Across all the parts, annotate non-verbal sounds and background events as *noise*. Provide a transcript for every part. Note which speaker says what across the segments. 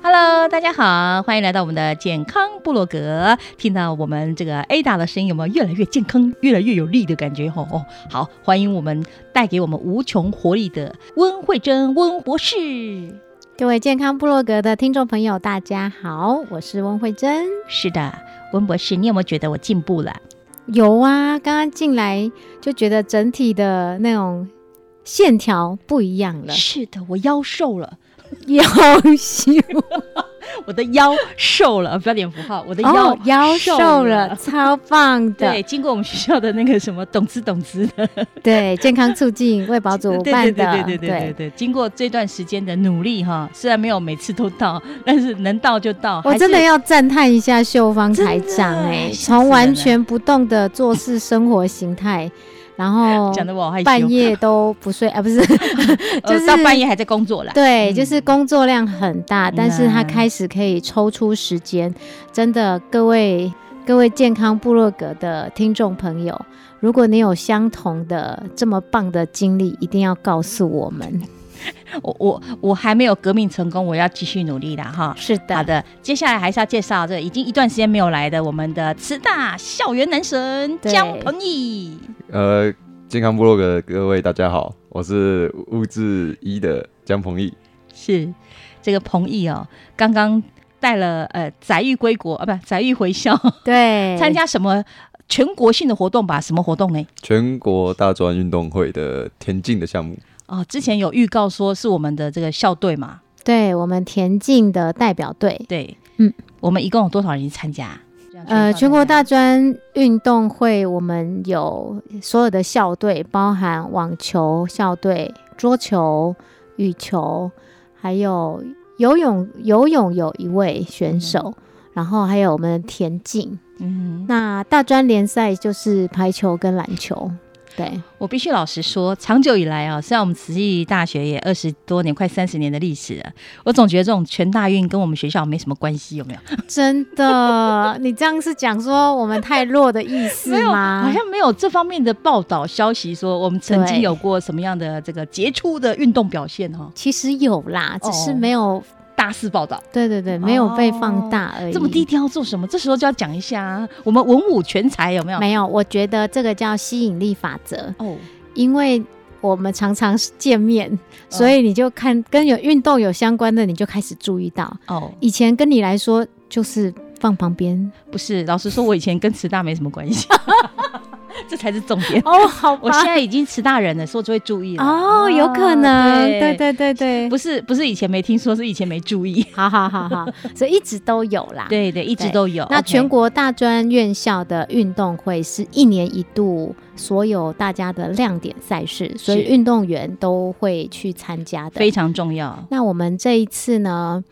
Speaker 1: Hello，大家好，欢迎来到我们的健康部落格。听到我们这个 Ada 的声音，有没有越来越健康、越来越有力的感觉？吼哦，好，欢迎我们带给我们无穷活力的温慧珍温博士。
Speaker 2: 各位健康部落格的听众朋友，大家好，我是温慧珍。
Speaker 1: 是的，温博士，你有没有觉得我进步了？
Speaker 2: 有啊，刚刚进来就觉得整体的那种线条不一样了， *laughs*
Speaker 1: 是的，我腰瘦了，
Speaker 2: 腰修
Speaker 1: *laughs* 我的腰瘦了，标点符号，我的腰、
Speaker 2: 哦腰瘦
Speaker 1: *laughs*
Speaker 2: 了，。超棒的。
Speaker 1: 对，经过我们学校的那个什么懂资懂资的，
Speaker 2: 对健康促进卫保组
Speaker 1: *laughs* 对
Speaker 2: 办
Speaker 1: 对
Speaker 2: 的，
Speaker 1: 对对对对对对，经过这段时间的努力哈，虽然没有每次都到，但是能到就到。
Speaker 2: 我
Speaker 1: 哦还
Speaker 2: 真的
Speaker 1: 是
Speaker 2: 要赞叹一下秀芳台
Speaker 1: 真
Speaker 2: 长
Speaker 1: 的
Speaker 2: 哎、
Speaker 1: 吓死
Speaker 2: 从
Speaker 1: 人
Speaker 2: 完
Speaker 1: 了
Speaker 2: 全不动的做事生活形态，然后
Speaker 1: 讲的我好害羞，
Speaker 2: 半夜都不睡啊，不是，
Speaker 1: *laughs*
Speaker 2: *laughs*
Speaker 1: 呃
Speaker 2: 就是
Speaker 1: 到半夜还在工作啦。
Speaker 2: 对，
Speaker 1: 嗯
Speaker 2: 就是工作量很大，但是他开始可以抽出时间，真的，各位各位健康部落格的听众朋友，如果你有相同的这么棒的经历，一定要告诉我们。
Speaker 1: 我我我还没有革命成功，我要继续努力啦哈。
Speaker 2: 是的，
Speaker 1: 好的，接下来还是要介绍这已经一段时间没有来的我们的慈大校园男神
Speaker 2: 对
Speaker 1: 江鹏毅。
Speaker 3: 呃，健康部落格的各位大家好，我是物质一的江鹏毅。
Speaker 1: 是这个彭毅哦，刚刚带了呃载誉归国啊，不载誉回校，
Speaker 2: 对，
Speaker 1: 参加什么全国性的活动吧？什么活动呢？
Speaker 3: 全国大专运动会的田径的项目，
Speaker 1: 哦，之前有预告说是我们的这个校队嘛，
Speaker 2: 对我们田径的代表队，
Speaker 1: 对，
Speaker 2: 嗯，
Speaker 1: 我们一共有多少人参加？
Speaker 2: 呃，全国大
Speaker 1: 专
Speaker 2: 专运动会，我们有所有的校队，包含网球校队、桌球、羽球，还有游泳。游泳有一位选手，然后还有我们的田径。
Speaker 1: 嗯哼，
Speaker 2: 那大专联赛就是排球跟篮球。对，
Speaker 1: 我必须老实说，长久以来啊，虽然我们慈济大学也二十多年，快三十年的历史了，我总觉得这种全大运跟我们学校没什么关系，有没有？
Speaker 2: *laughs* 真的，你这样是讲说我们太弱的意 *laughs*
Speaker 1: 没
Speaker 2: 思
Speaker 1: 有，
Speaker 2: 吗？
Speaker 1: 好像没有这方面的报道消息说我们曾经
Speaker 2: 对
Speaker 1: 有过什么样的这个杰出的运动表现哈、哦，
Speaker 2: 其实有啦，只是
Speaker 1: 哦
Speaker 2: 没有，
Speaker 1: 大肆报道。
Speaker 2: 对对对，没有被放大而已。
Speaker 1: 这么低调做什么？这时候就要讲一下啊，我们文武全才有没有？
Speaker 2: 没有，我觉得这个叫吸引力法则，
Speaker 1: 哦，
Speaker 2: 因为我们常常见面，所以你就看跟有运动有相关的，你就开始注意到。
Speaker 1: 哦，
Speaker 2: 以前跟你来说就是放旁边
Speaker 1: 不是，老实说，我以前跟慈大没什么关
Speaker 2: *laughs*
Speaker 1: 系，这才是重点。
Speaker 2: 哦，好吧
Speaker 1: 我现在已经慈大人了，所以我就会注意了。啊
Speaker 2: 哦，有可能，对
Speaker 1: 对，
Speaker 2: 对对对，
Speaker 1: 不是不是以前没听说，是以前没注意。
Speaker 2: 好好好好，所以一直都有啦。，
Speaker 1: 对对，一直
Speaker 2: 对
Speaker 1: 都有。
Speaker 2: 那
Speaker 1: OK
Speaker 2: 全国大专院校的运动会是一年一度，所有大家的亮点赛事，所以
Speaker 1: 是
Speaker 2: 运动员都会去参加的，
Speaker 1: 非常重要。
Speaker 2: 那我们这一次呢，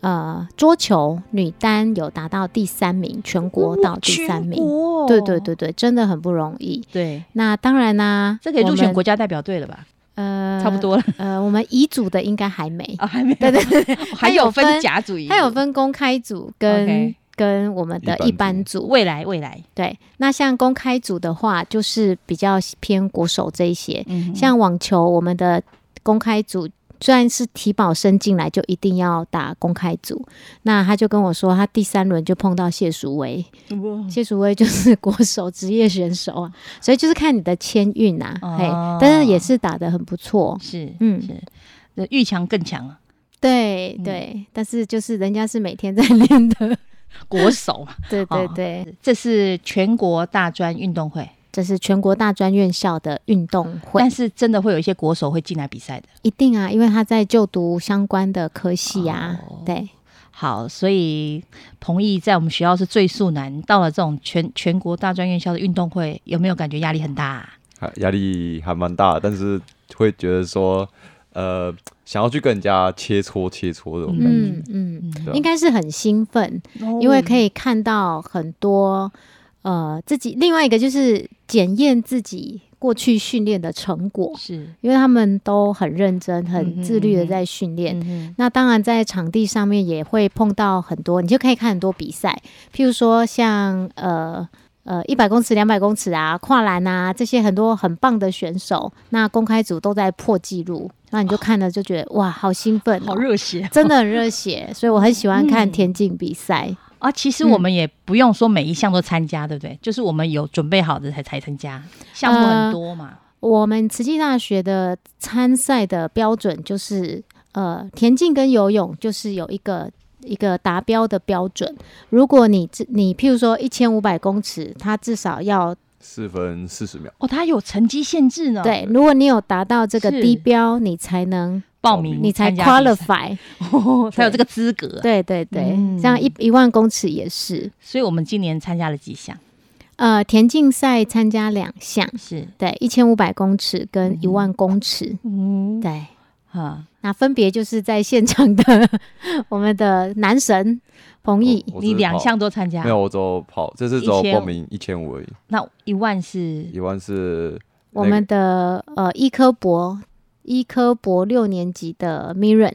Speaker 2: 呃桌球女单有达到第三名，全国到第三名。
Speaker 1: 哦
Speaker 2: 对对对对，真的很不容易。
Speaker 1: 对，
Speaker 2: 那当然啦、
Speaker 1: 这可以入
Speaker 2: 我
Speaker 1: 选
Speaker 2: 们
Speaker 1: 国家代表队了吧？
Speaker 2: 呃，
Speaker 1: 差不多了。
Speaker 2: 呃，我们乙组的应该还
Speaker 1: *laughs*
Speaker 2: 没，
Speaker 1: 啊，还没有，
Speaker 2: 对对对，
Speaker 1: 还有分甲组乙组，
Speaker 2: 它有分公开组跟
Speaker 1: OK
Speaker 2: 跟我们的
Speaker 3: 一
Speaker 2: 一
Speaker 3: 般
Speaker 2: 般组。
Speaker 1: 未来未来，
Speaker 2: 对，那像公开组的话，就是比较偏国手这一些。
Speaker 1: 嗯哼，
Speaker 2: 像网球，我们的公开组虽然是体保生进来就一定要打公开组，那他就跟我说，他第三轮就碰到谢淑薇，
Speaker 1: 哇
Speaker 2: 谢淑薇就是 *laughs* 国手职业选手啊，所以就是看你的签运啊，
Speaker 1: 哦
Speaker 2: 嘿，但是也是打得很不错。
Speaker 1: 是
Speaker 2: 嗯
Speaker 1: 是，呃遇强更强啊，
Speaker 2: 对
Speaker 1: 嗯
Speaker 2: 对，但是就是人家是每天在练的， *laughs*
Speaker 1: 国手 *laughs* 啊，
Speaker 2: 对对
Speaker 1: 哦
Speaker 2: 对，
Speaker 1: 这是全国大专运动会，
Speaker 2: 这是全国大专院校的运动会
Speaker 1: 但，是真的会有一些国手会进来比赛的。
Speaker 2: 一定啊，因为他在就读相关的科系啊，
Speaker 1: 哦
Speaker 2: 对，
Speaker 1: 好，所以彭毅在我们学校是最速男，到了这种全全国大专院校的运动会，有没有感觉压力很大、啊？
Speaker 3: 还压力还蛮大的，但是会觉得说，呃，想要去跟人家切磋切磋这种感觉。
Speaker 2: 嗯嗯，
Speaker 3: 对啊
Speaker 2: 应该是很兴奋，因为可
Speaker 1: 嗯
Speaker 2: 以看到很多呃自己，另外一个就是检验自己过去训练的成果，
Speaker 1: 是，
Speaker 2: 因为他们都很认真、
Speaker 1: 嗯哼
Speaker 2: 很自律
Speaker 1: 嗯
Speaker 2: 的
Speaker 1: 哼
Speaker 2: 在训练。
Speaker 1: 嗯哼
Speaker 2: 那当然，在场地上面也会碰到很多，你就可以看很多比赛，譬如说像呃呃一百公尺、两百公尺啊、跨栏啊这些很多很棒的选手，那公开组都在破纪录，那你就看了就觉得、哇，好兴奋、
Speaker 1: 啊好，热嗯血哦、
Speaker 2: 真的很热血，所以我很喜欢看田径比赛。
Speaker 1: 啊！其实我们也不用说每一项都参加，对不对？就是我们有准备好的才才参加，项目很多嘛。
Speaker 2: 我们慈济大学的参赛的标准就是，呃，田径跟游泳就是有一个一个达标的标准。如果你至你譬如说一千五百公尺，它至少要
Speaker 3: 四分四十秒，
Speaker 1: 哦，它有成绩限制呢。
Speaker 2: 对，如果你有达到这个
Speaker 1: 嗯是
Speaker 2: 低标，你才能
Speaker 1: 报名
Speaker 2: 你才
Speaker 1: 参加比赛
Speaker 2: qualify。
Speaker 1: 哦才有这个资格。，
Speaker 2: 对对对，
Speaker 1: 嗯
Speaker 2: 像一一万公尺也是，
Speaker 1: 所以我们今年参加了几项，
Speaker 2: 呃，田径赛参加两项，
Speaker 1: 是
Speaker 2: 对，一千五百公尺跟一万公尺，
Speaker 1: 嗯
Speaker 2: 对。
Speaker 1: 啊，
Speaker 2: 那分别就是在现场的 *laughs* 我们的男神彭毅，
Speaker 3: 哦我
Speaker 1: 你两项都参加
Speaker 3: 没，有，我只有跑，这次只有
Speaker 1: 1000
Speaker 3: 报名一千五而已，
Speaker 1: 那一万是
Speaker 3: 一万是那
Speaker 2: 我
Speaker 3: 个
Speaker 2: 们的呃医科博医科博六年级的 Mirren，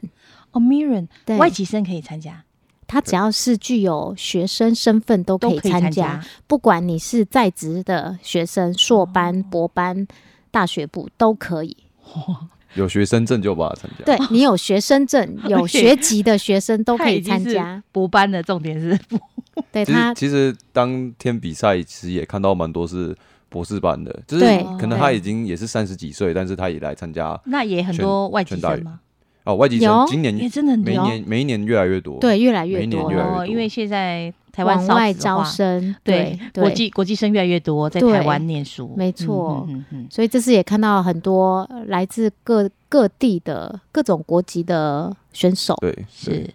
Speaker 1: 哦，Mirren
Speaker 2: 对，
Speaker 1: 外籍生可以参加，
Speaker 2: 他只要是具有学生身份都可
Speaker 1: 都
Speaker 2: 以
Speaker 1: 可以
Speaker 2: 参
Speaker 1: 参
Speaker 2: 加，。不管你是在职的学生、硕
Speaker 1: 哦
Speaker 2: 班、博班、大学部都可以。
Speaker 3: 有学生证就把它参加。
Speaker 2: 对你有学生
Speaker 1: *laughs*
Speaker 2: 证、有学籍的学生都可以参加。
Speaker 1: 博班的重点
Speaker 2: *laughs*
Speaker 1: 是博
Speaker 2: 对
Speaker 3: 其实
Speaker 2: 他，
Speaker 3: 其实当天比赛，其实也看到蛮多是博士班的，就是
Speaker 2: 对
Speaker 3: 可能他
Speaker 1: 对
Speaker 3: 已经也是三十几岁，但是他也来参加
Speaker 1: 那也很多外籍生
Speaker 3: 全
Speaker 1: 吗？
Speaker 3: 哦，外籍生
Speaker 2: 有
Speaker 3: 今年
Speaker 1: 也真的很
Speaker 3: 每一
Speaker 1: 多
Speaker 3: 年每一年越来越多。
Speaker 2: 对越来越
Speaker 3: 每一年
Speaker 2: 多
Speaker 3: 越来越
Speaker 2: 了，
Speaker 1: 哦，因为现在台湾
Speaker 2: 往
Speaker 1: 少
Speaker 2: 外
Speaker 1: 子化
Speaker 2: 招，生，
Speaker 1: 对
Speaker 2: 对
Speaker 1: 国
Speaker 2: 对
Speaker 1: 际国际生越来越多，在
Speaker 2: 对
Speaker 1: 台湾念书，
Speaker 2: 没错
Speaker 1: 嗯嗯嗯
Speaker 2: 所以这次也看到很多呃来自各各地的各种国籍的选手。
Speaker 3: 对， *laughs* 对
Speaker 1: 是。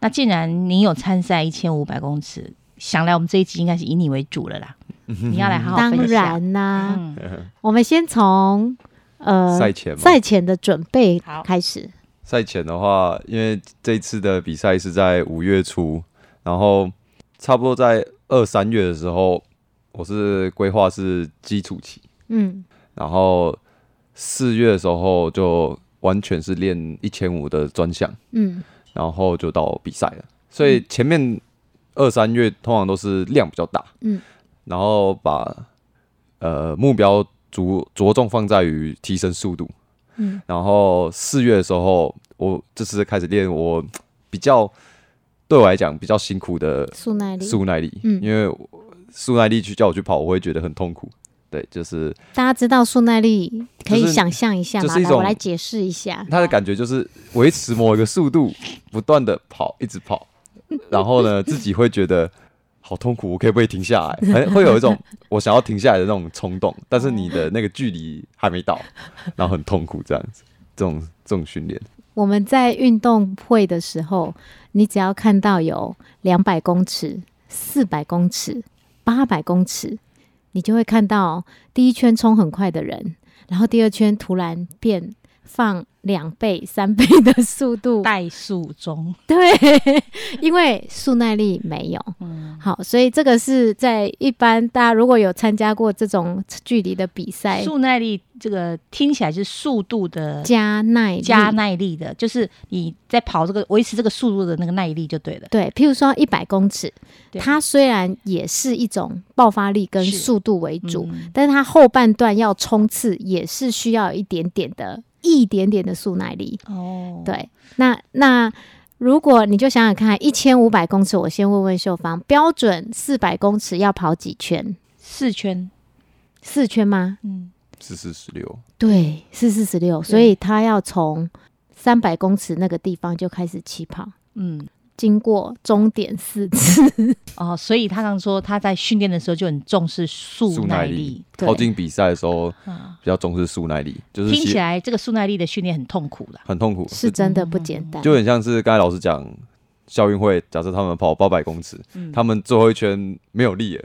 Speaker 1: 那既然你有参赛一千五百公尺，想来我们这一集应该是以你为主了啦，你要来
Speaker 3: 哦
Speaker 1: 好好
Speaker 2: 当
Speaker 1: 分享。
Speaker 2: 然啦、
Speaker 1: 嗯，
Speaker 2: 我们先从
Speaker 3: *laughs*
Speaker 2: 呃
Speaker 3: 赛前吗
Speaker 2: 赛前的准备
Speaker 1: 好
Speaker 2: 开始。
Speaker 3: 赛前的话，因为这次的比赛是在五月初，然后差不多在二三月的时候，我是规划是基础期，
Speaker 2: 嗯，
Speaker 3: 然后四月的时候就完全是练一千五的专项，
Speaker 2: 嗯，
Speaker 3: 然后就到比赛了。所以前面二三月通常都是量比较大，
Speaker 2: 嗯，
Speaker 3: 然后把呃目标着着重放在于提升速度，
Speaker 2: 嗯，
Speaker 3: 然后四月的时候，我这次开始练我比较对我来讲比较辛苦的
Speaker 2: 苏耐力，
Speaker 3: 速耐力，
Speaker 2: 嗯
Speaker 3: 因为我速耐力去叫我去跑，我会觉得很痛苦。对，就是
Speaker 2: 大家知道苏耐力，可
Speaker 3: 就
Speaker 2: 以
Speaker 3: 是
Speaker 2: 想象一下
Speaker 3: 就
Speaker 2: 嘛？
Speaker 3: 是一
Speaker 2: 来，我
Speaker 3: 种
Speaker 2: 来解释一下。
Speaker 3: 它的感觉就是维持某一个速度，不断的跑，一直跑，然后呢，自己会觉得好痛苦，我可以不可以停下来？很会有一种我想要停下来的那种冲动，但是你的那个距离还没
Speaker 2: *laughs*
Speaker 3: 到，然后很痛苦这样子。这种这种训练，
Speaker 2: 我们在运动会的时候，你只要看到有两百公尺、四百公尺、八百公尺，你就会看到第一圈冲很快的人，然后第二圈突然变放两倍、三倍的速度，
Speaker 1: 怠速中。
Speaker 2: 对， *laughs* 因为速耐力没有。嗯，好，所以这个是在一般大家如果有参加过这种距离的比赛，
Speaker 1: 速耐力这个听起来是速度的
Speaker 2: 加耐力
Speaker 1: 加耐力的，就是你在跑这个维持这个速度的那个耐力就对了。
Speaker 2: 对，譬如说一百公尺，它虽然也是一种爆发力跟速度为主，是嗯、但是它后半段要冲刺也是需要一点点的。一点点的速耐力哦，对，那那如果你就想想看，一千五百公尺，我先问问秀芳，标准四百公尺要跑几圈？
Speaker 1: 四圈，
Speaker 2: 四圈吗？
Speaker 3: 嗯，四四十六，
Speaker 2: 对，四四十六，所以他要从三百公尺那个地方就开始起跑，嗯。经过终点四次 *laughs*
Speaker 1: 哦，所以他刚说他在训练的时候就很重视速耐力，啊
Speaker 3: 靠近比赛的时候比较重视速耐力。就是
Speaker 1: 听起来这个速耐力的训练很痛苦的，
Speaker 3: 很痛苦，
Speaker 2: 是真的不简单。
Speaker 3: 就很像是刚才老师讲校运会，假设他们跑八百公尺，嗯、他们最后一圈没有力了，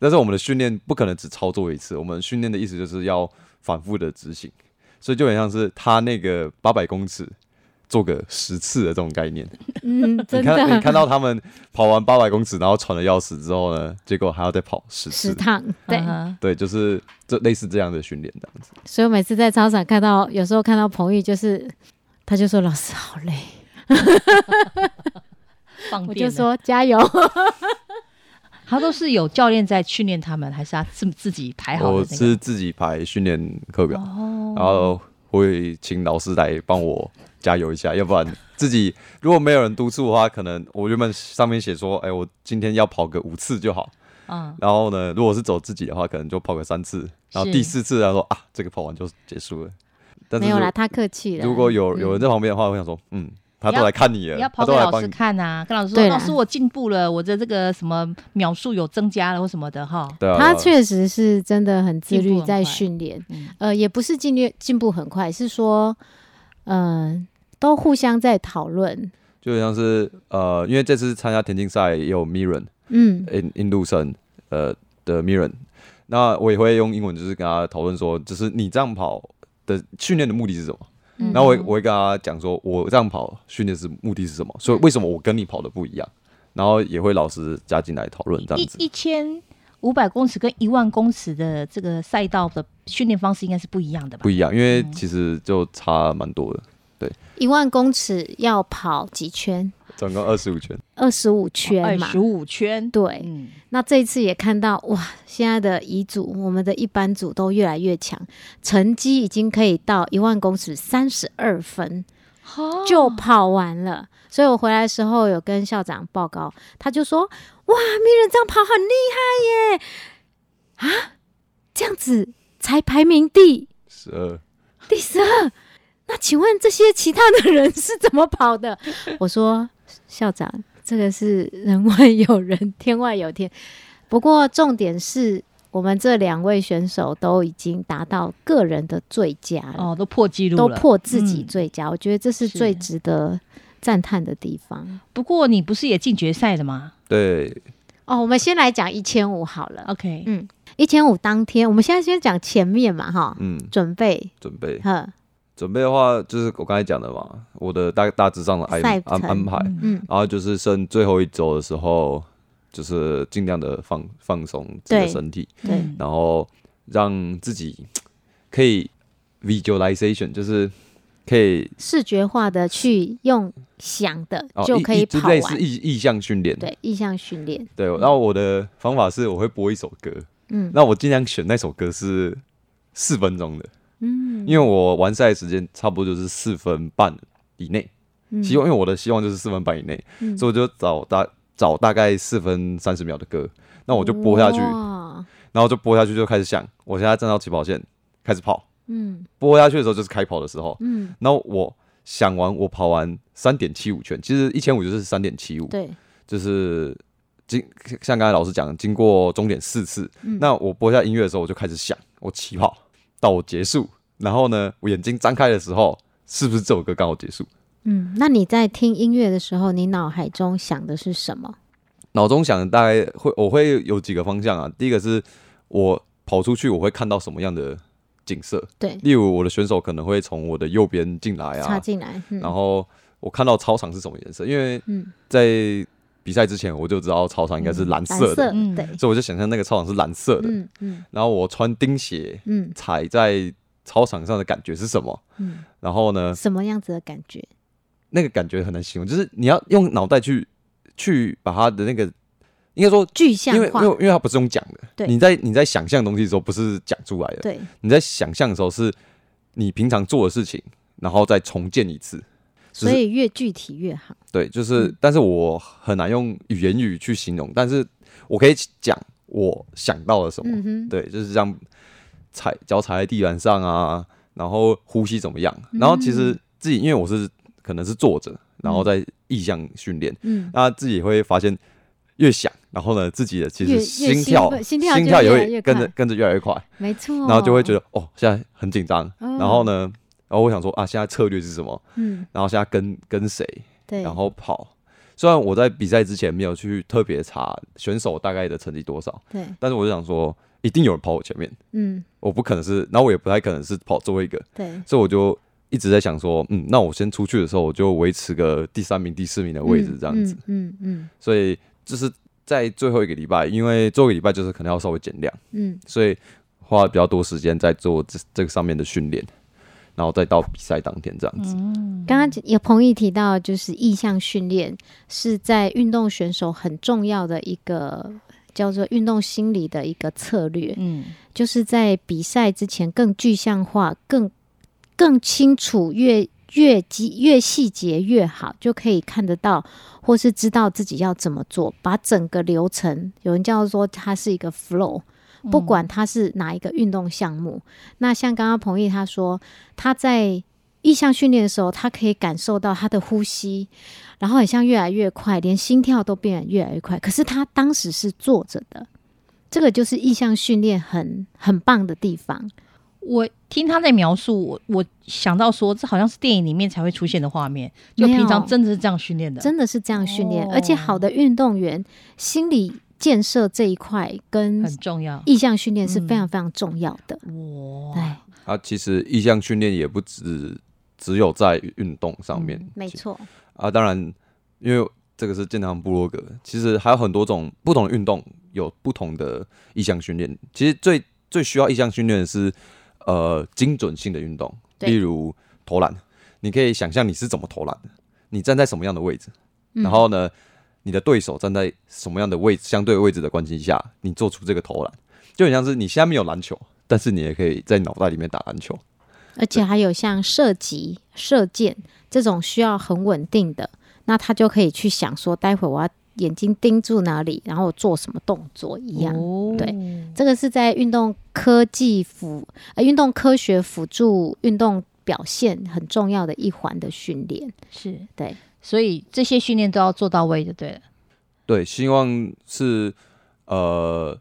Speaker 3: 但是我们的训练不可能只操作一次，我们训练的意思就是要反复的执行，所以就很像是他那个八百公尺。做个十次的这种概念，
Speaker 2: 嗯，
Speaker 3: 你看你看到他们跑完八百公尺，然后喘的要死之后呢，结果还要再跑十次，
Speaker 2: 十趟，对、
Speaker 3: 嗯、对，就是这类似这样的训练这样子。
Speaker 2: 所以每次在操场看到，有时候看到彭玉，就是他就说老师好累，我就说加油。
Speaker 1: 他都是有教练在训练他们，还是他自自己排好、那個？
Speaker 3: 我是自己排训练课表，哦、然后会请老师来帮我。加油一下，要不然自己如果没有人督促的话，可能我原本上面写说，哎、欸，我今天要跑个五次就好。嗯，然后呢，如果是走自己的话，可能就跑个三次，然后第四次他说啊，这个跑完就结束了。但是
Speaker 2: *laughs* 没有啦，他客气了。
Speaker 3: 如果有有人在旁边的话，嗯、我想说，嗯，他都来看你了，
Speaker 1: 你要跑给老师看啊，跟老师说，老师我进步了，我的这个什么秒数有增加了或什么的哈。
Speaker 3: 对啊，
Speaker 2: 他确实是真的很自律在训练，嗯、呃，也不是进略进步很快，是说，嗯、呃。都互相在讨论，
Speaker 3: 就像是呃，因为这次参加田径赛也有 Mirren，嗯，印印度生呃的 Mirren，那我也会用英文就是跟他讨论说，就是你这样跑的训练的目的是什么？嗯、然后我我会跟他讲说，我这样跑训练是目的是
Speaker 1: 嗯
Speaker 3: 什么？所以为什么我跟你跑的不一样？然后也会老师加进来讨论这样子。
Speaker 1: 一千五百公尺跟一万公尺的这个赛道的训练方式应该是不一样的吧？
Speaker 3: 不一样，因为
Speaker 1: 嗯
Speaker 3: 其实就差蛮多的。
Speaker 2: 一万公尺要跑几圈？
Speaker 3: 总共二十五圈。
Speaker 2: 二十五圈嘛，
Speaker 1: 二十五圈。
Speaker 2: 对，嗯、那这一次也看到哇，现在的乙组，我们的一班组都越来越强，成绩已经可以到一万公尺三十二分，哦、就跑完了。所以我回来的时候有跟校长报告，他就说：“哇，米人这样跑很厉害耶！啊，这样子才排名第
Speaker 3: 十二，
Speaker 2: 第十二。”那请问这些其他的人是怎么跑 *laughs* 的？我说校长，这个是人外有人，天外有天。不过重点是我们这两位选手都已经达到个人的最佳了，哦，
Speaker 1: 都破纪录
Speaker 2: 都破自己最佳。嗯、我觉得这是最值得赞叹的地方。
Speaker 1: 不过你不是也进决赛了吗？
Speaker 3: 对。
Speaker 2: 哦，我们先来讲一千五好了。
Speaker 1: OK，
Speaker 2: 嗯，一千五当天，我们现在先讲前面嘛，哈，嗯，准备，
Speaker 3: 准备，呵。准备的话，就是我刚才讲的嘛，我的大大致上的安安安排，嗯，然后就是剩最后一周的时候，就是尽量的放放松自己的身体，
Speaker 2: 对，
Speaker 1: 嗯
Speaker 3: 然后让自己可以 visualization，就是可以哦
Speaker 2: 视觉化的去用想的就可以跑完，
Speaker 3: 类似意嗯意向训练，
Speaker 2: 对，意向训练，
Speaker 3: 对。然后我的方法是，我会播一首歌，嗯，那我尽量选那首歌是四分钟的。嗯，因为我完赛时间差不多就是四分半以内，希望、嗯、因为我的希望就是四分半以内，嗯、所以我就找大找大概四分三十秒的歌，那我就播下去，然后就播下去就开始想，我现在站到起跑线开始跑，嗯，播下去的时候就是开跑的时候，嗯，然后我想完我跑完三点七五圈，其实一千五就是三点七五，
Speaker 2: 对，
Speaker 3: 就是经像刚才老师讲，经过终点四次，嗯、那我播下音乐的时候我就开始想我起跑。到我结束，然后呢，我眼睛张开的时候，是不是这首歌刚好结束？
Speaker 2: 嗯，那你在听音乐的时候，你脑海中想的是什么？
Speaker 3: 脑中想的大概会，我会有几个方向啊。第一个是我跑出去，我会看到什么样的景色。
Speaker 2: 对
Speaker 3: 例如我的选手可能会从我的右边进来啊，
Speaker 2: 插进来，嗯
Speaker 3: 然后我看到操场是什么颜色，因为
Speaker 2: 嗯
Speaker 3: 在比赛之前我就知道操场应该是蓝
Speaker 2: 蓝
Speaker 3: 色的，
Speaker 2: 嗯对，
Speaker 3: 所以我就想象那个操场是蓝色的。
Speaker 2: 嗯嗯
Speaker 3: 然后我穿钉鞋，
Speaker 2: 嗯
Speaker 3: 踩在操场上的感觉是什么？
Speaker 2: 嗯，
Speaker 3: 然后呢，
Speaker 2: 什么样子的感觉？
Speaker 3: 那个感觉很难形容，就是你要用脑袋去去把它的那个，应该说
Speaker 2: 具象
Speaker 3: 因为因
Speaker 2: 化
Speaker 3: 为因为它不是用讲的，
Speaker 2: 对
Speaker 3: 你在你在想象东西的时候不是讲出来的，
Speaker 2: 对，
Speaker 3: 你在想象的时候是你平常做的事情，然后再重建一次，就
Speaker 2: 所
Speaker 3: 是
Speaker 2: 以嗯越具体越好。
Speaker 3: 对，就是，但是我很难用语言语去形容，但是我可以讲我想到了什么，
Speaker 2: 嗯哼
Speaker 3: 对，就是这样踩脚踩在地板上啊，然后呼吸怎么样，
Speaker 2: 嗯
Speaker 3: 然后其实自己因为我是可能是坐着，然后在意向训练，
Speaker 2: 嗯
Speaker 3: 那自己会发现越想，然后呢自己的其实
Speaker 2: 越越
Speaker 3: 心
Speaker 2: 兴
Speaker 3: 跳
Speaker 2: 奋心跳就
Speaker 3: 也
Speaker 2: 越来越
Speaker 3: 会跟着
Speaker 2: 快
Speaker 3: 跟着越来越快，
Speaker 2: 没错
Speaker 3: 然后就会觉得哦现在很紧张，
Speaker 2: 嗯
Speaker 3: 然后呢，然后我想说啊现在策略是什么，
Speaker 2: 嗯
Speaker 3: 然后现在跟跟谁，
Speaker 2: 对
Speaker 3: 然后跑。虽然我在比赛之前没有去特别查选手大概的成绩多少，
Speaker 2: 对
Speaker 3: 但是我就想说，一定有人跑我前面，
Speaker 2: 嗯，
Speaker 3: 我不可能是，然后我也不太可能是跑最后一个，
Speaker 2: 对
Speaker 3: 所以我就一直在想说，嗯，那我先出去的时候，我就维持个第三名、第四名的位置这样子，
Speaker 2: 嗯嗯
Speaker 3: 所以就是在最后一个礼拜，因为最后一个礼拜就是可能要稍微减量，
Speaker 2: 嗯
Speaker 3: 所以花了比较多时间在做这这个上面的训练，然后再到比赛当天这样子，
Speaker 2: 嗯。刚刚有朋友提到，就是意向训练是在运动选手很重要的一个叫做运动心理的一个策略。
Speaker 1: 嗯，
Speaker 2: 就是在比赛之前更具象化、更更清楚，越越细越细节越好，就可以看得到或是知道自己要怎么做，把整个流程，有人叫做它是一个 flow。不管它是哪一个运动项目，那像刚刚彭毅他说，他在意向训练的时候，他可以感受到他的呼吸，然后很像越来越快，连心跳都变得越来越快。可是他当时是坐着的，这个就是意向训练很很棒的地方。
Speaker 1: 我听他在描述，我我想到说，这好像是电影里面才会出现的画面，就
Speaker 2: 没有
Speaker 1: 平常真的是这样训练的，
Speaker 2: 真的是这样训练，而且好的运动员心理建设这一块跟
Speaker 1: 很重要。
Speaker 2: 意向训练是非常非常重要的。
Speaker 1: 嗯
Speaker 2: 哎哇，
Speaker 3: 啊，其实意向训练也不只只有在运动上面，
Speaker 2: 嗯没错，
Speaker 3: 啊，当然，因为这个是健康部落格，其实还有很多种不同的运动有不同的意向训练。其实最最需要意向训练的是呃精准性的运动，
Speaker 2: 对
Speaker 3: 例如投篮，你可以想象你是怎么投篮的，你站在什么样的位置，
Speaker 2: 嗯
Speaker 3: 然后呢，你的对手站在什么样的位置相对位置的关系下，你做出这个投篮，就很像是你现在没有篮球，但是你也可以在脑袋里面打篮球。
Speaker 2: 而且还有像射击、射箭这种需要很稳定的，那他就可以去想说，待会我要眼睛盯住哪里，然后我做什么动作一
Speaker 1: 哦
Speaker 2: 样。对，这个是在运动科技辅呃运动科学辅助运动表现很重要的一环的训练。
Speaker 1: 是
Speaker 2: 对，
Speaker 1: 所以这些训练都要做到位就对了。
Speaker 3: 对，希望是呃，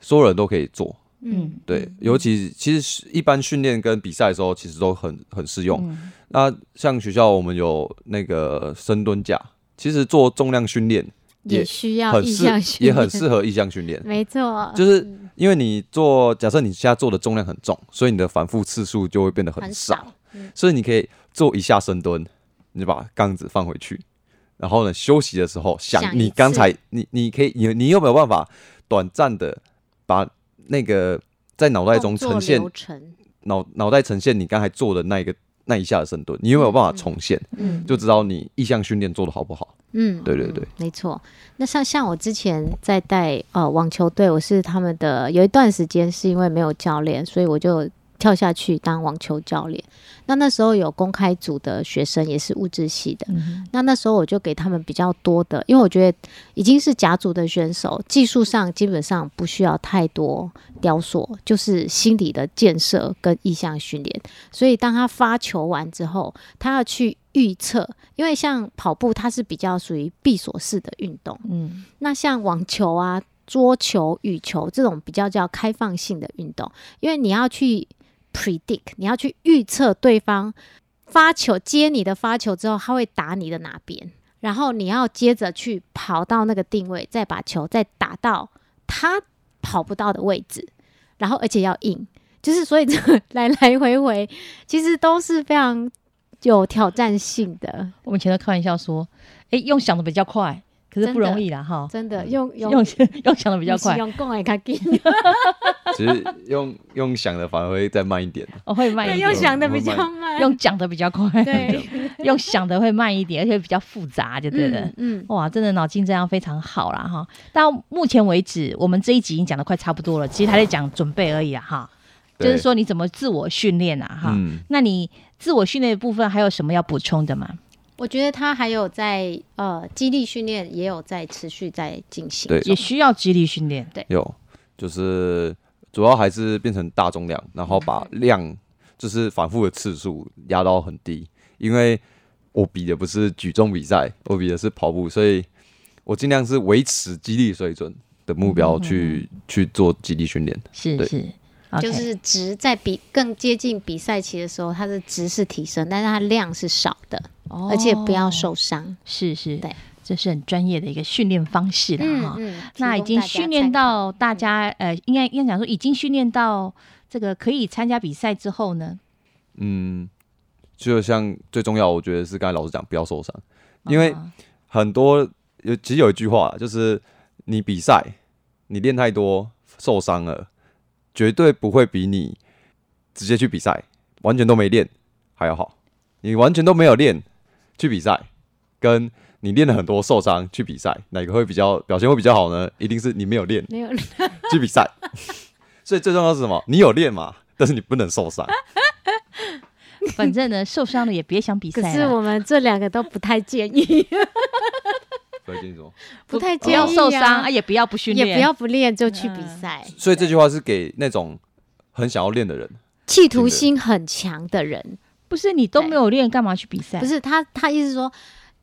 Speaker 3: 所有人都可以做。
Speaker 1: 嗯，
Speaker 3: 对，尤其其实一般训练跟比赛的时候，其实都很很适用。
Speaker 1: 嗯
Speaker 3: 那像学校我们有那个深蹲架，其实做重量训练
Speaker 2: 也需要
Speaker 3: 很
Speaker 2: 意
Speaker 3: 适
Speaker 2: 向训，
Speaker 3: 也
Speaker 2: 练，
Speaker 3: 很适合意向训练。
Speaker 2: *laughs* 没错，
Speaker 3: 就是因为你做，假设你现在做的重量很重，所以你的反复次数就会变得很
Speaker 2: 很
Speaker 3: 少，
Speaker 2: 少嗯
Speaker 3: 所以你可以做一下深蹲，你就把杠子放回去，然后呢休息的时候
Speaker 2: 想
Speaker 3: 想
Speaker 2: 一
Speaker 3: 你刚
Speaker 2: 次
Speaker 3: 才你你可以你你有没有办法短暂的把那个在脑袋中
Speaker 2: 动作
Speaker 3: 呈现
Speaker 2: 流程
Speaker 3: 脑脑袋呈现你刚才做的那一个那一下的深蹲，你有没有办法重现？
Speaker 2: 嗯嗯
Speaker 3: 就知道你意向训练做的好不好。
Speaker 2: 嗯
Speaker 3: 对对对，
Speaker 2: 没错。那像像我之前在带呃网球队，我是他们的有一段时间是因为没有教练，所以我就跳下去当网球教练。那那时候有公开组的学生，也是物质系
Speaker 1: 嗯
Speaker 2: 的。那那时候我就给他们比较多的，因为我觉得已经是甲组的选手，技术上基本上不需要太多雕塑，就是心理的建设跟意向训练。所以当他发球完之后，他要去预测，因为像跑步它是比较属于闭锁式的运动，
Speaker 1: 嗯，
Speaker 2: 那像网球啊、桌球、羽球这种比较叫开放性的运动，因为你要去 predict，你要去预测对方发球接你的发球之后，他会打你的哪边，然后你要接着去跑到那个定位，再把球再打到他跑不到的位置，然后而且要硬。就是所以这来来回回，其实都是非常有挑战性的，
Speaker 1: 我们以前都开玩笑说，哎，用想的比较快，可是不容易啦哈。
Speaker 2: 真的用
Speaker 1: 用 *laughs* 用想的比较快，
Speaker 2: 用共来卡紧，
Speaker 3: 其实用用想的反而会再慢一点。
Speaker 1: 我哦会慢一
Speaker 2: 对，
Speaker 1: 点
Speaker 2: 用，想的比
Speaker 3: 慢
Speaker 2: 较慢，
Speaker 1: 用讲的比较快，
Speaker 2: 对，
Speaker 1: *laughs* 用想的会慢一点，而且比较复杂，就对了
Speaker 2: 嗯。嗯，
Speaker 1: 哇，真的脑筋这样非常好啦哈！到目前为止，我们这一集已经讲的快差不多了，其实还在讲准备而已啊哈。就
Speaker 3: 对
Speaker 1: 是说你怎么自我训练啊哈？
Speaker 3: 嗯
Speaker 1: 那你自我训练的部分还有什么要补充的吗？
Speaker 2: 我觉得他还有在呃激励训练也有在持续在进行，
Speaker 3: 对
Speaker 1: 也需要激励训练，
Speaker 3: 有，就是主要还是变成大重量，然后把量就是反复的次数压到很低，因为我比的不是举重比赛，我比的是跑步，所以我尽量是维持肌力水准的目标去、去做肌力训练。
Speaker 1: 是
Speaker 3: 对
Speaker 1: 是，OK，
Speaker 2: 就是值在比更接近比赛期的时候，它的值是提升，但是它量是少的，
Speaker 1: 哦
Speaker 2: 而且不要受伤。
Speaker 1: 是是，
Speaker 2: 对，
Speaker 1: 这是很专业的一个训练方式了哈。
Speaker 2: 嗯，
Speaker 1: 那已经训练到大家，呃，应该应该讲说，已经训练到这个可以参加比赛之后呢，
Speaker 3: 嗯，就像最重要，我觉得是刚才老师讲不要受伤，因为
Speaker 1: 啊
Speaker 3: 很多有其实有一句话啦，就是你比赛你练太多受伤了，绝对不会比你直接去比赛完全都没练还要好。你完全都没有练去比赛，跟你练了很多受伤去比赛，哪个会比较表现会比较好呢？一定是你没有练
Speaker 2: 没有 *laughs*
Speaker 3: 去比赛。所以最重要是什么？你有练
Speaker 1: *laughs*
Speaker 3: 嘛？但是你不能受伤。
Speaker 1: 反正呢，受伤了也别想比
Speaker 2: 可
Speaker 1: 赛
Speaker 2: 是
Speaker 1: 了。
Speaker 2: 我们这两个都不太建 *laughs* 议，
Speaker 3: 所以跟你说，
Speaker 2: 不太
Speaker 1: 不
Speaker 2: 建议、
Speaker 1: 要受伤啊，，也不要不训练，
Speaker 2: 也不要不哎练嗯就去比赛，
Speaker 3: 所以这句话是给那种很想要练的人。
Speaker 2: 企图心很强的人，
Speaker 1: 不是你都没有练，干嘛去比赛？
Speaker 2: 不是他，他意思说。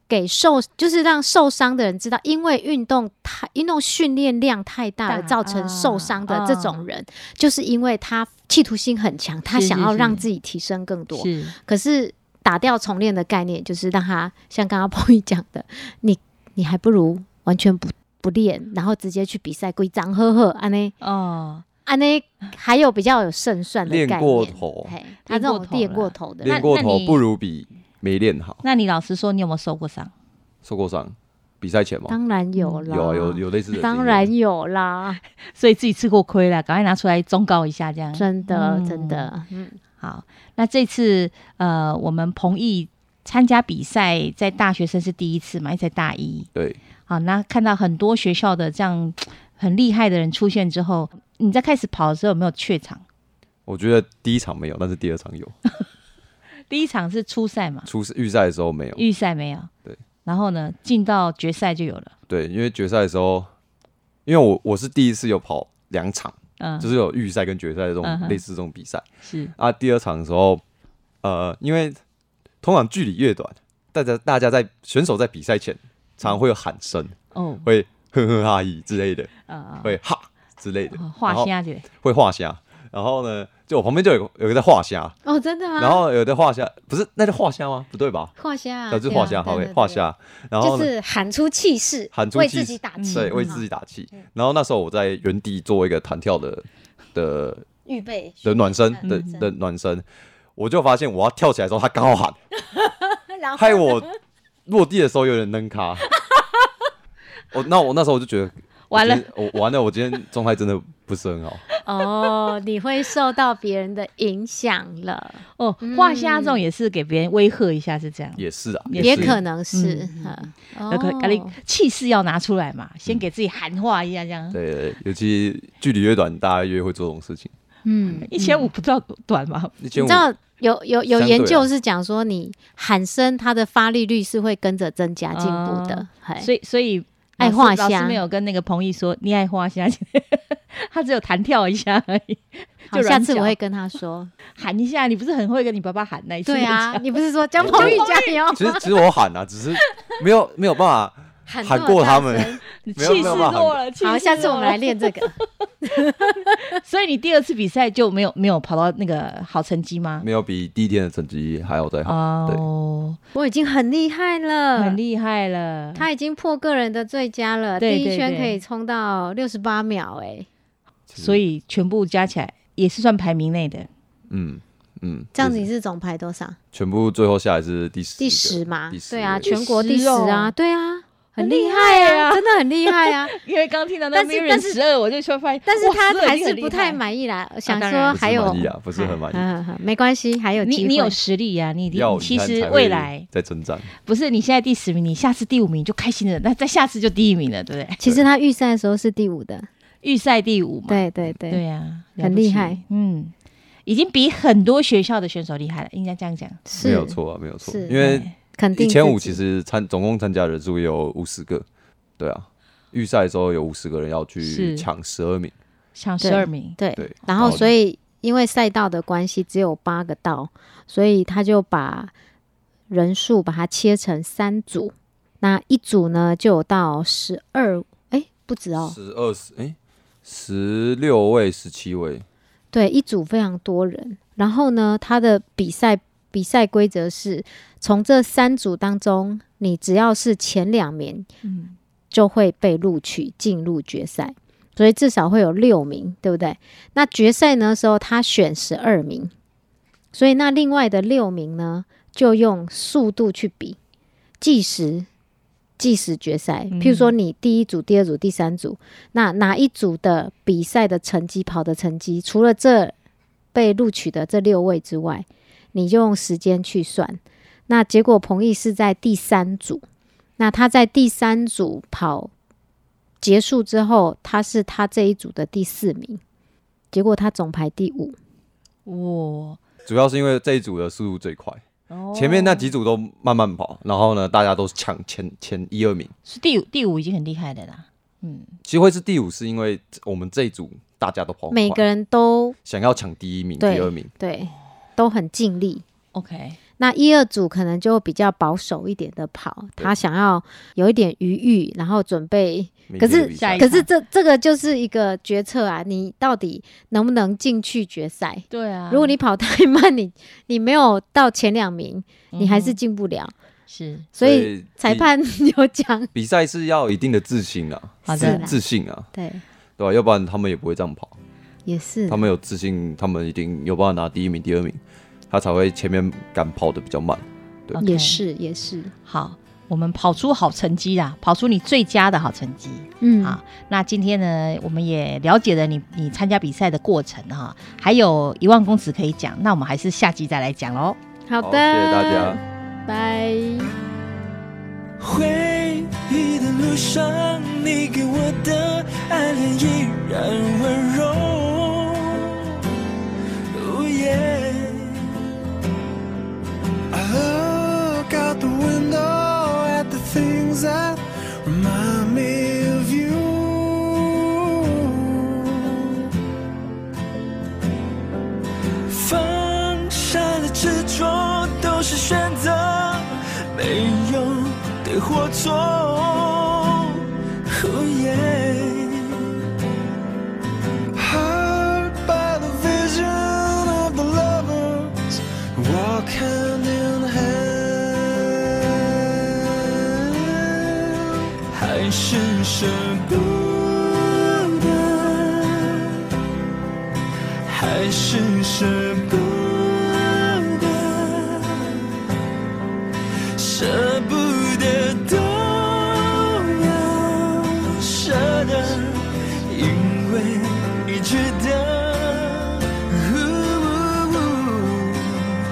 Speaker 2: 给受就是让受伤的人知道，因为运动太运动训练量太大
Speaker 1: 大
Speaker 2: 而造成受伤的这
Speaker 1: 啊啊
Speaker 2: 种人，就是因为他企图心很强，他
Speaker 1: 是
Speaker 2: 想
Speaker 1: 是
Speaker 2: 要
Speaker 1: 是
Speaker 2: 让自己提升更多。
Speaker 1: 是
Speaker 2: 可是打掉重练的概念，就是让他像刚刚 *laughs* p o 讲的，你你还不如完全不不练，然后直接去比赛，规章呵呵，安呢
Speaker 1: 哦，
Speaker 2: 安呢，还有比较有胜算的
Speaker 3: 练
Speaker 2: 概念。
Speaker 3: 过头
Speaker 2: 嘿，他这种练过头的，
Speaker 3: 练
Speaker 2: 那
Speaker 3: 过
Speaker 1: 那
Speaker 3: 头
Speaker 1: 你
Speaker 3: 不如比没练好。
Speaker 1: 那你老实说，你有没有受过伤？
Speaker 3: 受过伤？比赛前吗？
Speaker 2: 当然有啦，
Speaker 3: 有啊，有有类似的经验。
Speaker 2: 当然有啦，
Speaker 1: 所以自己吃过亏了，赶快拿出来忠告一下，这样。
Speaker 2: 真的、
Speaker 1: 嗯
Speaker 2: 真的，嗯，
Speaker 1: 好，那这次呃，我们彭毅参加比赛，在大学生是第一次嘛，也在大一。
Speaker 3: 对，
Speaker 1: 好，那看到很多学校的这样很厉害的人出现之后，你在开始跑的时候有没有怯场？
Speaker 3: 我觉得第一场没有，但是第二场有。
Speaker 1: 第一场是初赛嘛，
Speaker 3: 初预赛的时候没有，
Speaker 1: 预赛没有。
Speaker 3: 对。
Speaker 1: 然后呢，进到决赛就有了。
Speaker 3: 对，因为决赛的时候，因为我我是第一次有跑两场，
Speaker 1: 嗯，
Speaker 3: 就是是有预赛跟决赛这种
Speaker 1: 嗯哼
Speaker 3: 类似这种比赛
Speaker 1: 是
Speaker 3: 啊。第二场的时候，呃，因为通常距离越短，大家大家在选手在比赛前常常会有喊声，
Speaker 1: 哦，
Speaker 3: 会哼哼哈咦之类的，
Speaker 1: 呃，
Speaker 3: 会哈之类的，
Speaker 1: 哦画
Speaker 3: 然后
Speaker 1: 虾姐，
Speaker 3: 会画虾。然后呢，就我旁边就有有个在画虾，
Speaker 2: 哦，真的吗？
Speaker 3: 然后有的画虾，不是那叫画虾吗？不对吧？
Speaker 2: 画虾、
Speaker 3: 那呃就是画虾，好
Speaker 2: 对啊对
Speaker 3: ，OK，
Speaker 2: 对
Speaker 3: 画
Speaker 2: 对
Speaker 3: 虾。然后
Speaker 2: 就
Speaker 3: 呢，
Speaker 2: 是喊出气势，
Speaker 3: 喊出
Speaker 2: 为
Speaker 3: 气
Speaker 2: 自
Speaker 3: 势
Speaker 2: 己打
Speaker 1: 嗯
Speaker 2: 气，
Speaker 3: 对，为
Speaker 2: 哈
Speaker 3: 自己打气。然后那时候我在原地做一个弹跳的的
Speaker 2: 预备
Speaker 3: 的暖身的
Speaker 1: 嗯
Speaker 3: 的暖身，我就发现我要跳起来的时候，他刚好喊，
Speaker 2: *laughs* 然后
Speaker 3: 害
Speaker 2: *laughs*
Speaker 3: 我落地的时候有点扔卡。我那我那时候我就觉得
Speaker 1: 完了，
Speaker 3: 我今天我完了，我今天状态真的不是
Speaker 2: *laughs*
Speaker 3: 很好。
Speaker 2: 哦，你会受到别人的影响了，
Speaker 1: 哦，
Speaker 2: 嗯
Speaker 1: 画虾这种也是给别人威吓一下，是这样。
Speaker 3: 也是啊，
Speaker 1: 也
Speaker 2: 也
Speaker 3: 是
Speaker 2: 可能是
Speaker 1: 嗯，
Speaker 2: 嗯
Speaker 1: 那可咖喱气势要拿出来嘛，先给自己喊话一下，这样
Speaker 3: 嗯对，对尤其距离越短，大家越会做这种事情。
Speaker 2: 嗯，
Speaker 1: 一千五不知道短吗？
Speaker 3: 你
Speaker 2: 你知道有有有
Speaker 3: 相对
Speaker 2: 研究
Speaker 3: 啊
Speaker 2: 是讲说，你喊声它的发力率是会跟着增加进步的
Speaker 1: 哦，
Speaker 2: 嘿
Speaker 1: 所以所以
Speaker 2: 哎爱
Speaker 1: 老师
Speaker 2: 画
Speaker 1: 老师
Speaker 2: 虾
Speaker 1: 没有跟那个彭毅说你爱画虾， *laughs* 他只有弹跳一下而已，
Speaker 2: 好，
Speaker 1: 就
Speaker 2: 下
Speaker 1: 软
Speaker 2: 次我
Speaker 1: 脚
Speaker 2: 会跟他说，
Speaker 1: 喊一下。你不是很会跟你爸爸喊那一次？
Speaker 2: 对啊，， *laughs* 你不是说江鹏宇加 *laughs* 油，
Speaker 3: *laughs* 其实其实我喊啊，只是没有没有办法
Speaker 2: *laughs* 喊
Speaker 3: 喊
Speaker 2: 这么
Speaker 3: 过
Speaker 2: 大
Speaker 3: 他们
Speaker 2: 声
Speaker 1: 你
Speaker 3: 没有
Speaker 1: 气
Speaker 3: 没
Speaker 1: 势
Speaker 3: 有办法
Speaker 1: 弱了。气
Speaker 2: *laughs* 好，
Speaker 1: 势
Speaker 2: 下次
Speaker 1: 弱
Speaker 2: 我们来
Speaker 1: 了。
Speaker 2: 练这个，
Speaker 1: 所以你第二次比赛就没有没有跑到那个好成绩吗？
Speaker 3: 没有比第一天的成绩还要再好。
Speaker 1: 哦，
Speaker 2: *laughs* 我已经很厉害了，
Speaker 1: 很厉害了。
Speaker 2: 他已经破个人的最佳了，
Speaker 1: 对
Speaker 2: 第一
Speaker 1: 对
Speaker 2: 圈
Speaker 1: 对
Speaker 2: 可以冲到六十八秒、哎，
Speaker 1: 所以全部加起来也是算排名内
Speaker 2: *laughs*
Speaker 1: 的。
Speaker 3: 嗯嗯，
Speaker 2: 这样子你是总排多少？
Speaker 3: 全部最后下来是第十，
Speaker 2: 第十嘛
Speaker 3: 第，十
Speaker 2: 对啊，
Speaker 3: 位
Speaker 2: 全国第十啊，对啊，很厉
Speaker 1: 很厉害
Speaker 2: 害
Speaker 1: 啊
Speaker 2: 啊，真的很厉害 *laughs* 啊。
Speaker 1: 因为刚听到那
Speaker 2: 但是
Speaker 1: Mirren
Speaker 2: 但是
Speaker 1: 十二，我就说发现，
Speaker 2: 但是
Speaker 1: 哇
Speaker 2: 他
Speaker 1: 12已
Speaker 2: 还
Speaker 1: 经
Speaker 2: 是
Speaker 1: 很厉害
Speaker 2: 不太满意啦，想
Speaker 1: 当
Speaker 2: 说
Speaker 1: 然
Speaker 2: 还
Speaker 3: 不是
Speaker 2: 有
Speaker 3: 满意，啊，不是很满意，
Speaker 2: *laughs* 嗯，嗯没关系，还有
Speaker 1: 你
Speaker 2: 机
Speaker 1: 你有
Speaker 2: 会
Speaker 1: 实力呀、你
Speaker 3: 要
Speaker 1: 你其
Speaker 3: 遗憾
Speaker 1: 实
Speaker 3: 才会
Speaker 1: 未来
Speaker 3: 在增长，
Speaker 1: 不是你现在第十名，你下次第五名就开心了，那再下次就第一名了，对不对？
Speaker 2: 其实他预赛的时候是第五的，
Speaker 1: 预赛第五嘛，
Speaker 2: 对对对，啊
Speaker 1: 对呀、了
Speaker 2: 很
Speaker 1: 不
Speaker 2: 厉
Speaker 1: 起
Speaker 2: 害，
Speaker 1: 嗯，已经比很多学校的选手厉害了，应该这样讲。
Speaker 2: 是
Speaker 3: 没有，错啊，没有错，
Speaker 2: 是哎
Speaker 3: 因为
Speaker 1: 对
Speaker 2: 肯定
Speaker 3: 一千五
Speaker 2: 自己
Speaker 3: 其实参总共参加人数也有五十个，对啊，预赛的时候有五十个人要去
Speaker 1: 是
Speaker 3: 抢十二名，
Speaker 1: 像
Speaker 2: 对
Speaker 1: 十二名，
Speaker 2: 对
Speaker 3: 对，
Speaker 2: 然后所以因为赛道的关系只有八个道，所以他就把人数把它切成三组，那一组呢就有到十二，哎，不止哦，
Speaker 3: 十二十哎十六位十七位，
Speaker 2: 对，一组非常多人。然后呢，他的比赛比赛规则是从这三组当中，你只要是前两名，
Speaker 1: 嗯，
Speaker 2: 就会被录取进入决赛，所以至少会有六名，对不对？那决赛呢时候他选十二名，所以那另外的六名呢，就用速度去比计时。计时决赛，譬如说你第一组、第二组、第三组，那哪一组的比赛的成绩、跑的成绩，除了这被录取的这六位之外，你就用时间去算。那结果彭毅是在第三组，那他在第三组跑结束之后，他是他这一组的第四名，结果他总排第五。
Speaker 1: 哇、
Speaker 3: 主要是因为这一组的速度最快，
Speaker 1: 哦
Speaker 3: 前面那几组都慢慢跑，然后呢大家都是抢前前一二名，
Speaker 1: 是第五第五已经很厉害的啦，嗯，
Speaker 3: 其实会是第五是因为我们这一组大家都跑很
Speaker 2: 每
Speaker 3: 快
Speaker 2: 个人都
Speaker 3: 想要抢第一名、第
Speaker 2: 对
Speaker 3: 二名，
Speaker 2: 对都很尽力。
Speaker 1: OK，
Speaker 2: 那一二组可能就比较保守一点的跑，
Speaker 3: 对
Speaker 2: 他想要有一点余裕，然后准备
Speaker 3: 明
Speaker 2: 可
Speaker 3: 天的
Speaker 2: 是
Speaker 3: 比赛
Speaker 1: 下一
Speaker 2: 可是这这个就是一个决策啊，你到底能不能进去决赛？
Speaker 1: 对啊，
Speaker 2: 如果你跑太慢， *laughs* 你你没有到前两名，你还是
Speaker 1: 嗯
Speaker 2: 进不了，
Speaker 1: 哼是
Speaker 3: 所
Speaker 2: 所
Speaker 3: 以
Speaker 2: 以
Speaker 3: 你
Speaker 2: 裁判有讲，
Speaker 3: 比赛是要有一定的自信啊，
Speaker 1: 好
Speaker 2: 是
Speaker 1: 的
Speaker 2: 啦，
Speaker 3: 自信啊，
Speaker 2: 对，
Speaker 3: 对吧、要不然他们也不会这样跑，
Speaker 2: 也是
Speaker 3: 他，们有自信，他们一定有办法拿第一名、第二名，他才会前面敢跑的比较慢。对
Speaker 1: OK
Speaker 2: 也是，也是，
Speaker 1: 好，我们跑出好成绩啦，跑出你最佳的好成绩。
Speaker 2: 嗯，
Speaker 1: 好，啊那今天呢，我们也了解了你你参加比赛的过程哈、还有一万公尺可以讲，那我们还是下集再来讲喽。
Speaker 2: 好
Speaker 3: 好
Speaker 2: 的，
Speaker 3: 谢谢大家。
Speaker 2: 拜。
Speaker 4: 回忆的路上，你给我的爱恋依然温柔。哦耶！I look out the window at the things that remind me of you. 放下了执着，都是选择，没有对或错。Oh yeah. Hard by the vision of the lovers, walk hand in hand，还是舍不得。还是舍不得，舍不得都要舍得，因为值得。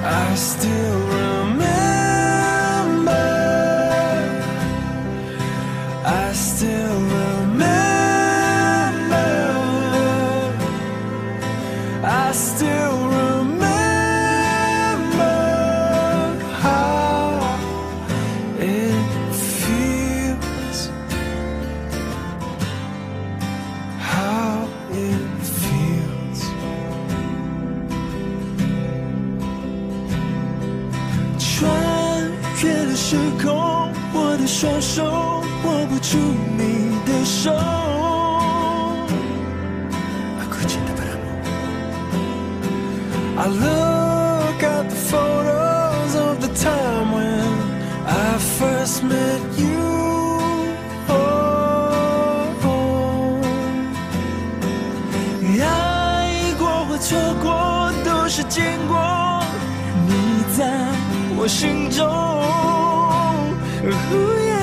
Speaker 4: I still remember. I still remember. I still remember how it feels. How it feels.穿越了时空，我的双手握不住你的手。I couldn't have been more. I look at the photos of the time when I first met you. Oh, oh. 爱过和错过都是经过，你在我心中。哦耶